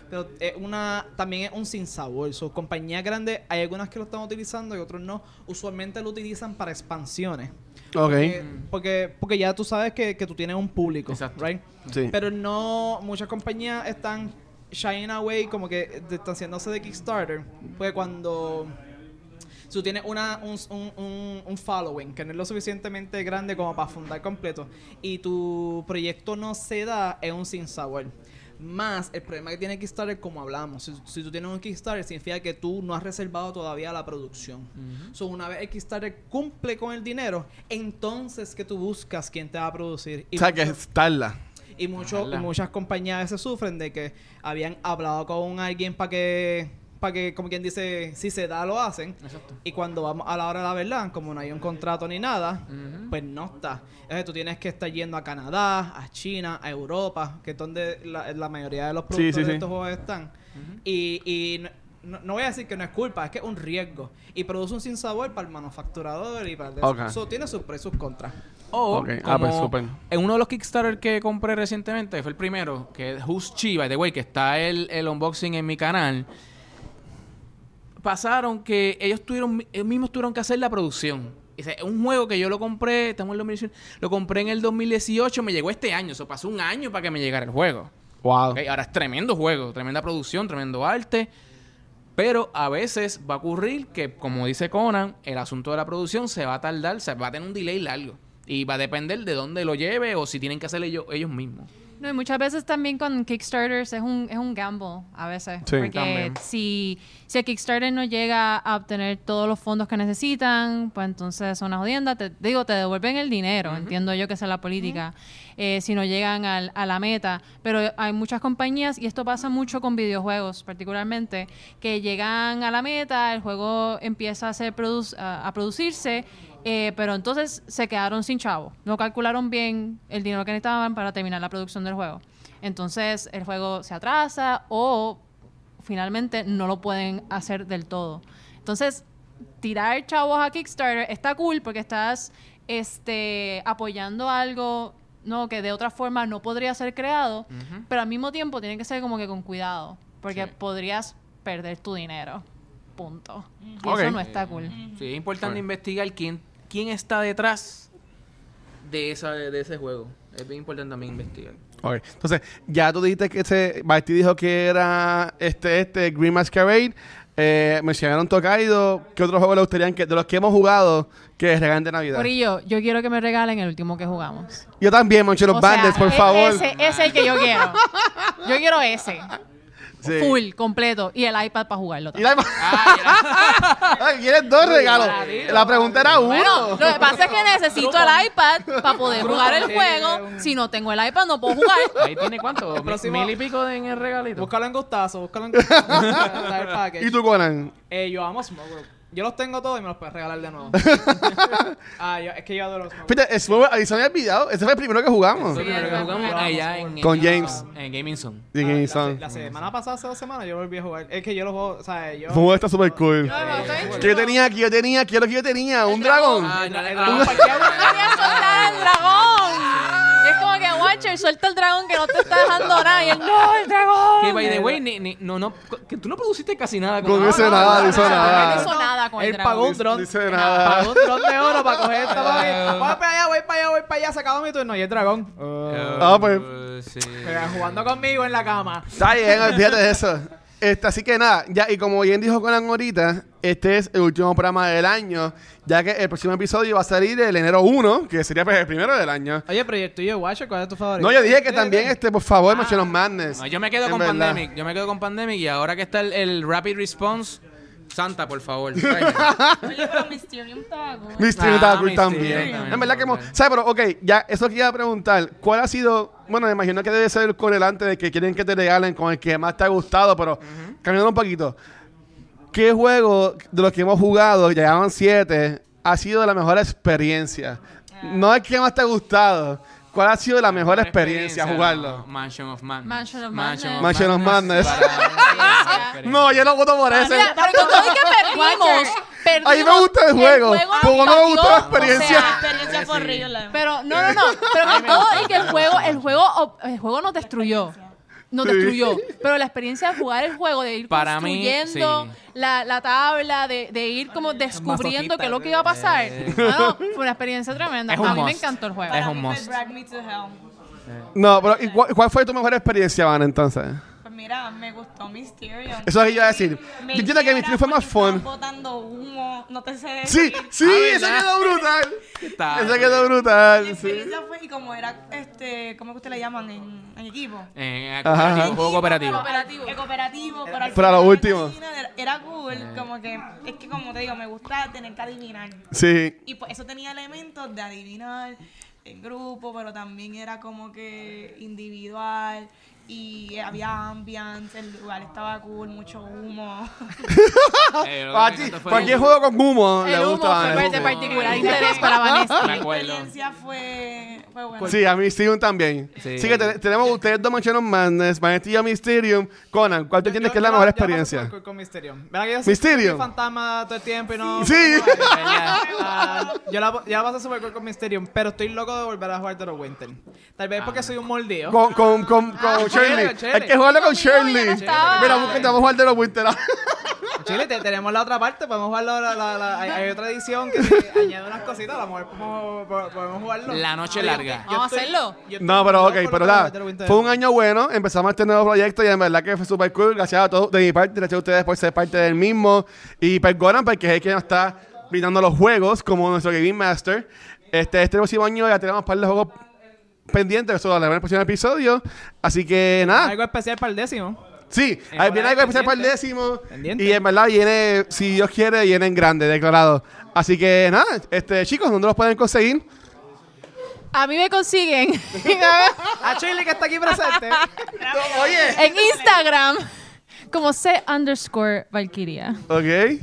[SPEAKER 5] pero es una, también es un sinsabor. Sus compañías grandes, hay algunas que lo están utilizando y otros no. Usualmente lo utilizan para expansiones.
[SPEAKER 2] Ok.
[SPEAKER 5] Eh, porque, porque ya tú sabes que, que tú tienes un público,
[SPEAKER 1] Exacto.
[SPEAKER 5] right?
[SPEAKER 2] Sí.
[SPEAKER 5] Pero no, muchas compañías están shying away, como que distanciándose de Kickstarter. Porque cuando si tú tienes una, un, un- un- un following que no es lo suficientemente grande como para fundar completo y tu proyecto no se da, es un sinsabor. Más el problema que tiene Kickstarter, como hablamos, si, si tú tienes un Kickstarter, significa que tú no has reservado todavía la producción. So, una vez el Kickstarter cumple con el dinero, entonces que tú buscas quién te va a producir. Y
[SPEAKER 2] o sea, que
[SPEAKER 5] mucho-
[SPEAKER 2] es tarda.
[SPEAKER 5] y, mucho, y
[SPEAKER 1] Ojalá.
[SPEAKER 5] muchas compañías a veces sufren de que habían hablado con alguien para que, para que, como quien dice, si se da, lo hacen.
[SPEAKER 1] Exacto.
[SPEAKER 5] Y cuando vamos a la hora de la verdad, como no hay un contrato ni nada,
[SPEAKER 1] Ujú.
[SPEAKER 5] pues no está. Entonces tú tienes que estar yendo a Canadá, a China, a Europa, que es donde la, la mayoría de los
[SPEAKER 2] Sí,
[SPEAKER 5] productos
[SPEAKER 2] sí,
[SPEAKER 5] de
[SPEAKER 2] sí.
[SPEAKER 5] estos juegos están. Y, y no- no, no voy a decir que no es culpa, es que es un riesgo. Y produce un sinsabor para el manufacturador y para el...
[SPEAKER 2] Ok.
[SPEAKER 5] Eso tiene sus pros y sus contras.
[SPEAKER 1] O,
[SPEAKER 2] Ok, ah, pues,
[SPEAKER 1] como
[SPEAKER 2] súper.
[SPEAKER 1] En uno de los Kickstarter que compré recientemente, fue el primero, que es Who's Chi, by the way, que está el, el unboxing en mi canal. Pasaron que ellos tuvieron, ellos mismos tuvieron que hacer la producción. O sea, Es un juego que yo lo compré, estamos en el 2018, lo compré en el 2018, me llegó este año, eso pasó un año para que me llegara el juego.
[SPEAKER 2] Wow.
[SPEAKER 1] Ok, Ahora es tremendo juego, tremenda producción, tremendo arte. Pero a veces va a ocurrir que, como dice Conan, el asunto de la producción se va a tardar, se va a tener un delay largo. Y va a depender de dónde lo lleve o si tienen que hacerlo ellos, ellos mismos.
[SPEAKER 3] No, y muchas veces también con Kickstarters es un, es un gamble, a veces.
[SPEAKER 2] Sí,
[SPEAKER 3] porque
[SPEAKER 1] también.
[SPEAKER 3] Si, si el Kickstarter no llega a obtener todos los fondos que necesitan, pues entonces es una jodienda. Te, digo, te devuelven el dinero, entiendo yo que esa es la política, eh, si no llegan al- a la meta. Pero hay muchas compañías, y esto pasa mucho con videojuegos particularmente, que llegan a la meta, el juego empieza a, ser produc- a, a producirse. eh, pero entonces se quedaron sin chavo. No calcularon bien el dinero que necesitaban para terminar la producción del juego. Entonces el juego se atrasa o finalmente no lo pueden hacer del todo. Entonces, tirar chavos a Kickstarter está cool porque estás este, apoyando algo no que de otra forma no podría ser creado, pero al mismo tiempo tiene que ser como que con cuidado, porque
[SPEAKER 1] Sí.
[SPEAKER 3] podrías perder tu dinero. Punto. Y
[SPEAKER 2] Ok.
[SPEAKER 3] eso no está cool.
[SPEAKER 1] Sí, es importante
[SPEAKER 2] Bueno.
[SPEAKER 1] investigar quién, quién está detrás de, esa, de ese juego. Es bien importante también investigar.
[SPEAKER 2] Ok. Entonces, ya tú dijiste que ese. Martí dijo que era este, este, Green Masquerade. Eh, mencionaron Tokaido. ¿Qué otros juegos le gustarían que, de los que hemos jugado que regalan de Navidad?
[SPEAKER 3] Corillo, yo quiero que me regalen el último que jugamos.
[SPEAKER 2] Yo también, Monchelos
[SPEAKER 3] O sea,
[SPEAKER 2] Bandits, por
[SPEAKER 3] e-
[SPEAKER 2] favor.
[SPEAKER 3] Ese, ese es el que yo quiero. Yo quiero ese.
[SPEAKER 2] Sí.
[SPEAKER 3] Full, completo. Y el iPad para jugarlo
[SPEAKER 2] Y
[SPEAKER 3] también.
[SPEAKER 2] la- <laughs> Ay, ¿Quieres dos regalos? La pregunta era uno.
[SPEAKER 3] Bueno, lo que pasa es que necesito el iPad para poder jugar el
[SPEAKER 5] Sí,
[SPEAKER 3] juego.
[SPEAKER 5] un-
[SPEAKER 3] Si no tengo el iPad, no puedo jugar.
[SPEAKER 1] Ahí tiene cuánto, Mi-
[SPEAKER 5] próximo-
[SPEAKER 1] mil y pico de- en el regalito.
[SPEAKER 2] <laughs>
[SPEAKER 5] Búscalo en gustazo, búscalo en gustazo. Está el package.
[SPEAKER 2] ¿Y tú, Conan?
[SPEAKER 5] Eh, yo amo Smoke Group. Yo los tengo todos y me los puedes regalar de nuevo. ah, yo- es que yo adoro los Smoke
[SPEAKER 2] Fíjate, Smoke, ahí se me había olvidado. Ese fue el primero que jugamos.
[SPEAKER 1] Fue el primero que jugamos
[SPEAKER 5] Sí,
[SPEAKER 1] allá en,
[SPEAKER 2] Con
[SPEAKER 1] en-
[SPEAKER 2] James.
[SPEAKER 1] En Gaming Zone.
[SPEAKER 2] Y
[SPEAKER 5] Ah,
[SPEAKER 2] Game
[SPEAKER 5] la,
[SPEAKER 2] Sound.
[SPEAKER 5] se- la semana pasada, hace dos semanas, yo volví a jugar. Es que yo los juego, o sea, yo...
[SPEAKER 2] Fue un juego que está súper cool. Que yo
[SPEAKER 3] Yo
[SPEAKER 2] tenía aquí, yo tenía aquí, lo que yo tenía, un dragón.
[SPEAKER 1] Ah, no,
[SPEAKER 5] el
[SPEAKER 1] no,
[SPEAKER 5] dragón
[SPEAKER 1] no.
[SPEAKER 5] parqueado.
[SPEAKER 3] quería soltar el dragón. Y es como que, Watcher, suelta el dragón que no te está dejando nada. Y él, no, el dragón.
[SPEAKER 1] Que by the way, ni- ni- no, no, que tú no produciste casi nada con, Ah,
[SPEAKER 2] Con
[SPEAKER 1] No,
[SPEAKER 2] ese
[SPEAKER 1] no,
[SPEAKER 2] nada,
[SPEAKER 1] no,
[SPEAKER 2] hizo
[SPEAKER 1] no, no,
[SPEAKER 2] nada.
[SPEAKER 3] No hizo nada con el
[SPEAKER 5] Él
[SPEAKER 3] dragón.
[SPEAKER 5] pagó un dron.
[SPEAKER 2] Dice nada.
[SPEAKER 5] Pagó un dron de
[SPEAKER 2] <laughs>
[SPEAKER 5] oro para coger esta papi. Voy para allá, voy para allá, voy para allá. Se acabó mi turno y el dragón.
[SPEAKER 2] Ah, pues.
[SPEAKER 6] Eh, sí.
[SPEAKER 5] Pero jugando conmigo en la cama.
[SPEAKER 2] Está bien, olvídate de eso. Este, así que nada, ya, y como bien dijo Conan ahorita, este es el último programa del año, ya que el próximo episodio va a salir el enero 1, que sería pues, el primero del año.
[SPEAKER 5] Oye, pero ¿y el tuyo, Watcher? ¿Cuál es tu favorito? Eh,
[SPEAKER 2] No, yo dije que también, este, por favor, Machinos Madness.
[SPEAKER 1] Ah. No, yo me quedo
[SPEAKER 2] En
[SPEAKER 1] con
[SPEAKER 2] verdad.
[SPEAKER 1] Pandemic. Yo me quedo con Pandemic y ahora que está el, el Rapid Response, Santa, por
[SPEAKER 2] <laughs>
[SPEAKER 1] favor. tráeme.
[SPEAKER 3] Oye, pero Mysterium está cool.
[SPEAKER 2] Mystery
[SPEAKER 1] Ah,
[SPEAKER 2] Tackle
[SPEAKER 1] Mystery
[SPEAKER 2] también.
[SPEAKER 1] también.
[SPEAKER 2] En verdad que hemos.
[SPEAKER 1] Ok.
[SPEAKER 2] ¿Sabes? Pero, ok, ya, eso que iba a preguntar. ¿Cuál ha sido.? Bueno, me imagino que debe ser el correlante de que quieren que te regalen con el que más te ha gustado, pero cambiando un poquito. ¿Qué juego de los que hemos jugado, ya llegaban siete, ha sido la mejor experiencia? No el que más te ha gustado. ¿Cuál ha sido Ah. la mejor experiencia
[SPEAKER 1] no,
[SPEAKER 2] jugarlo?
[SPEAKER 1] Mansion of Madness.
[SPEAKER 3] Mansion of Madness.
[SPEAKER 2] Mansion of Madness.
[SPEAKER 1] Para-
[SPEAKER 2] No, yo no voto por ese.
[SPEAKER 3] Mira, pero tú sabes que perdimos. perdimos
[SPEAKER 2] A mí me gusta el juego, porque no me
[SPEAKER 3] nos
[SPEAKER 2] gustó la
[SPEAKER 3] batió,
[SPEAKER 2] experiencia.
[SPEAKER 3] o sea,
[SPEAKER 4] experiencia fue horrible.
[SPEAKER 3] Pero no, no, no. Pero con todo y que el juego, el juego, el juego nos destruyó. Nos
[SPEAKER 2] Sí.
[SPEAKER 3] destruyó. Pero la experiencia de jugar el juego, de ir
[SPEAKER 1] Para mí,
[SPEAKER 3] construyendo
[SPEAKER 1] sí.
[SPEAKER 3] la, la tabla, de, de ir como descubriendo qué es lo que iba a pasar.
[SPEAKER 1] Eh.
[SPEAKER 3] No, no, fue una experiencia tremenda.
[SPEAKER 1] Es un
[SPEAKER 3] A mí me
[SPEAKER 1] must.
[SPEAKER 3] encantó el juego.
[SPEAKER 1] Es
[SPEAKER 4] Para
[SPEAKER 1] un
[SPEAKER 4] mí fue
[SPEAKER 1] must.
[SPEAKER 4] Drag Me to Hell.
[SPEAKER 2] No, pero ¿y cuál, cuál fue tu mejor experiencia, Van, entonces?
[SPEAKER 4] Pues mira, me gustó Mysterium.
[SPEAKER 2] Eso es lo que yo iba a decir.
[SPEAKER 4] Me
[SPEAKER 2] Yo entiendo que
[SPEAKER 4] hiciera
[SPEAKER 2] Mysterium fue más
[SPEAKER 4] porque
[SPEAKER 2] fun.
[SPEAKER 4] estaban botando humo, no te sé
[SPEAKER 2] Sí,
[SPEAKER 4] decir.
[SPEAKER 2] sí,
[SPEAKER 1] Ah,
[SPEAKER 2] eso
[SPEAKER 1] ¿verdad?
[SPEAKER 2] quedó brutal.
[SPEAKER 1] Está-
[SPEAKER 2] Eso quedó
[SPEAKER 4] La
[SPEAKER 2] brutal. Ah, sí.
[SPEAKER 4] experiencia fue y como era, este, ¿cómo que usted le llaman en, en equipo?
[SPEAKER 1] Eh,
[SPEAKER 2] Ajá.
[SPEAKER 1] cooperativo, juego
[SPEAKER 4] pero-
[SPEAKER 1] cooperativo.
[SPEAKER 4] Cooperativo. eh, cooperativo, pero al
[SPEAKER 2] Pero a lo
[SPEAKER 4] final
[SPEAKER 2] último.
[SPEAKER 4] Era, era cool,
[SPEAKER 1] Eh.
[SPEAKER 4] como que, es que como te digo, me gusta tener que adivinar.
[SPEAKER 2] Sí.
[SPEAKER 4] Y pues eso tenía elementos de adivinar en grupo, pero también era como que individual. Y había ambiance, el lugar estaba cool, mucho humo.
[SPEAKER 1] Eh, lo que
[SPEAKER 2] A
[SPEAKER 1] me
[SPEAKER 2] ti,
[SPEAKER 1] encantó fue
[SPEAKER 2] cualquier
[SPEAKER 1] el-
[SPEAKER 2] juego con humo le
[SPEAKER 3] El humo
[SPEAKER 2] gusta a
[SPEAKER 3] fue
[SPEAKER 2] Vanessa.
[SPEAKER 3] de particular interés para
[SPEAKER 1] <laughs>
[SPEAKER 3] Vanessa.
[SPEAKER 1] Me
[SPEAKER 4] La
[SPEAKER 1] acuerdo.
[SPEAKER 4] experiencia fue, fue buena.
[SPEAKER 2] Sí, a Mysterium también.
[SPEAKER 1] Sí.
[SPEAKER 2] Sí, que te- tenemos ustedes dos Mansion of Madness, Vanessa y yo Mysterium. Conan, ¿cuál tú entiendes que es la mejor experiencia?
[SPEAKER 5] Con, con Mysterium. ¿Verdad que yo
[SPEAKER 2] Mysterium.
[SPEAKER 5] soy fantasma todo el tiempo y no.
[SPEAKER 2] Sí. <laughs>
[SPEAKER 5] Ah, yo la, ya la pasé super cool con Mysterium, pero estoy loco de volver a jugar The Winter. Tal vez porque soy un mordido.
[SPEAKER 2] Ah, Con, con, con, con
[SPEAKER 5] Ah,
[SPEAKER 2] Shirley.
[SPEAKER 5] con Shirley.
[SPEAKER 2] Hay que jugarlo con
[SPEAKER 3] Conmigo ya no
[SPEAKER 2] Shirley.
[SPEAKER 3] estaba.
[SPEAKER 2] Mira, busca, vamos a jugar de los Winter.
[SPEAKER 5] Chile, te- tenemos la otra parte, podemos jugarlo. La, la, la- hay, hay otra edición que
[SPEAKER 2] <laughs>
[SPEAKER 5] te añade unas cositas, a lo mejor podemos, po- podemos jugarlo.
[SPEAKER 1] La noche
[SPEAKER 5] Yo-
[SPEAKER 1] larga.
[SPEAKER 5] yo
[SPEAKER 3] Vamos a
[SPEAKER 5] estoy-
[SPEAKER 3] hacerlo.
[SPEAKER 5] yo estoy
[SPEAKER 2] No, pero
[SPEAKER 5] loco
[SPEAKER 2] ok,
[SPEAKER 5] por
[SPEAKER 2] pero
[SPEAKER 5] jugar
[SPEAKER 2] nada.
[SPEAKER 5] The Winter.
[SPEAKER 2] Fue un año bueno. Empezamos este nuevo proyecto y en verdad que fue super cool. Gracias a todos de mi parte, gracias a ustedes por ser parte del mismo. Y perdonan porque es el que nos está brindando los juegos como nuestro Game Master. Este, este próximo año ya tenemos un par de juegos pendientes, eso lo hablaremos en el próximo episodio. Así que nada,
[SPEAKER 5] Algo especial para
[SPEAKER 2] <laughs>
[SPEAKER 5] el décimo.
[SPEAKER 2] sí,
[SPEAKER 5] en
[SPEAKER 2] ahí viene
[SPEAKER 5] hora
[SPEAKER 2] algo especial para el
[SPEAKER 5] pendiente.
[SPEAKER 2] décimo.
[SPEAKER 5] Pendiente.
[SPEAKER 2] Y en verdad viene, si Dios quiere, viene en grande, declarado. Así que nada, este chicos, ¿dónde los pueden conseguir?
[SPEAKER 3] A mí me consiguen
[SPEAKER 5] A Chile que está aquí presente.
[SPEAKER 2] <laughs> Oye.
[SPEAKER 3] en Instagram como C underscore Valkyria.
[SPEAKER 2] Ok.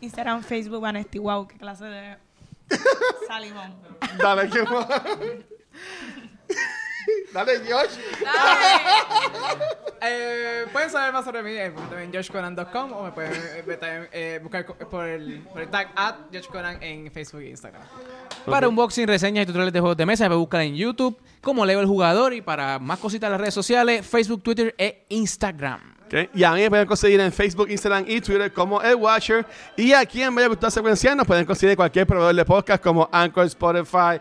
[SPEAKER 4] Instagram, Facebook, Anesti, wow, qué
[SPEAKER 2] <laughs>
[SPEAKER 4] clase de salivón.
[SPEAKER 2] Dale, ¿qué más? Dale, Josh.
[SPEAKER 5] Eh, pueden saber más sobre mí eh, en joshconan.com o me pueden eh, me también, eh, buscar co- por el, por el tag at joshconan en Facebook e Instagram.
[SPEAKER 1] Para unboxing, reseñas y tutoriales de juegos de mesa, me buscan en YouTube como Leo el Jugador y para más cositas en las redes sociales, Facebook, Twitter e Instagram.
[SPEAKER 2] Ok, Y a mí me pueden conseguir en Facebook, Instagram y Twitter como El Watcher. Y aquí en Bella Cultura Secuencial nos pueden conseguir en cualquier proveedor de podcast como Anchor, Spotify,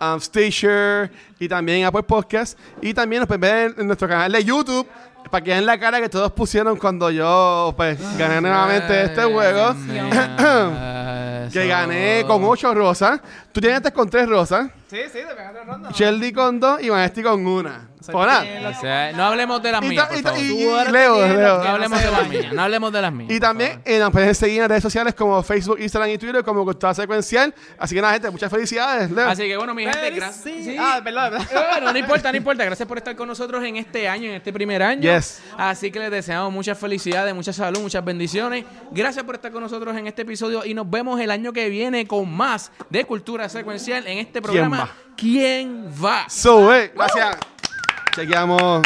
[SPEAKER 2] um, Stitcher y también Apple Podcast. Y también nos pueden ver en nuestro canal de YouTube para que vean la cara que todos
[SPEAKER 1] Eh, <coughs>
[SPEAKER 2] pusieron cuando yo pues, gané nuevamente este juego.
[SPEAKER 1] Ay,
[SPEAKER 2] este Que gané con 8 rosas. Tú llegaste con 3 rosas.
[SPEAKER 5] Sí, sí, te pegaste la ronda.
[SPEAKER 2] Shelly con 2 y Vanesti con 1.
[SPEAKER 5] Soy
[SPEAKER 2] Por nada.
[SPEAKER 5] bien.
[SPEAKER 1] O sea, no hablemos de las
[SPEAKER 2] Y
[SPEAKER 1] mías,
[SPEAKER 2] ta-
[SPEAKER 1] por
[SPEAKER 2] y ta-
[SPEAKER 1] favor.
[SPEAKER 2] y-
[SPEAKER 1] No
[SPEAKER 2] y-
[SPEAKER 5] Tú eres
[SPEAKER 2] Leo,
[SPEAKER 5] de mierda,
[SPEAKER 2] Leo.
[SPEAKER 5] que no
[SPEAKER 1] hablemos
[SPEAKER 5] se
[SPEAKER 1] de las
[SPEAKER 5] vaya.
[SPEAKER 1] mías, no hablemos de las mías.
[SPEAKER 2] Y
[SPEAKER 1] por
[SPEAKER 2] también
[SPEAKER 1] favor.
[SPEAKER 2] eh, nos pueden seguir en redes sociales como Facebook, Instagram y Twitter como Costada Secuencial. Así que nada, gente, muchas felicidades. Leo.
[SPEAKER 1] Así que bueno, mi gente, gracias.
[SPEAKER 5] Sí.
[SPEAKER 1] Sí.
[SPEAKER 5] Ah, perdón, perdón.
[SPEAKER 1] Bueno, no importa, no importa. Gracias por estar con nosotros en este año, en este primer año.
[SPEAKER 2] Yes.
[SPEAKER 1] Así que les deseamos muchas felicidades, mucha salud, muchas bendiciones. Gracias por estar con nosotros en este episodio y nos vemos el año que viene con más de Cultura Secuencial en este
[SPEAKER 2] ¿Quién
[SPEAKER 1] programa. ¿Quién va?
[SPEAKER 2] So, eh, gracias. Chequeamos.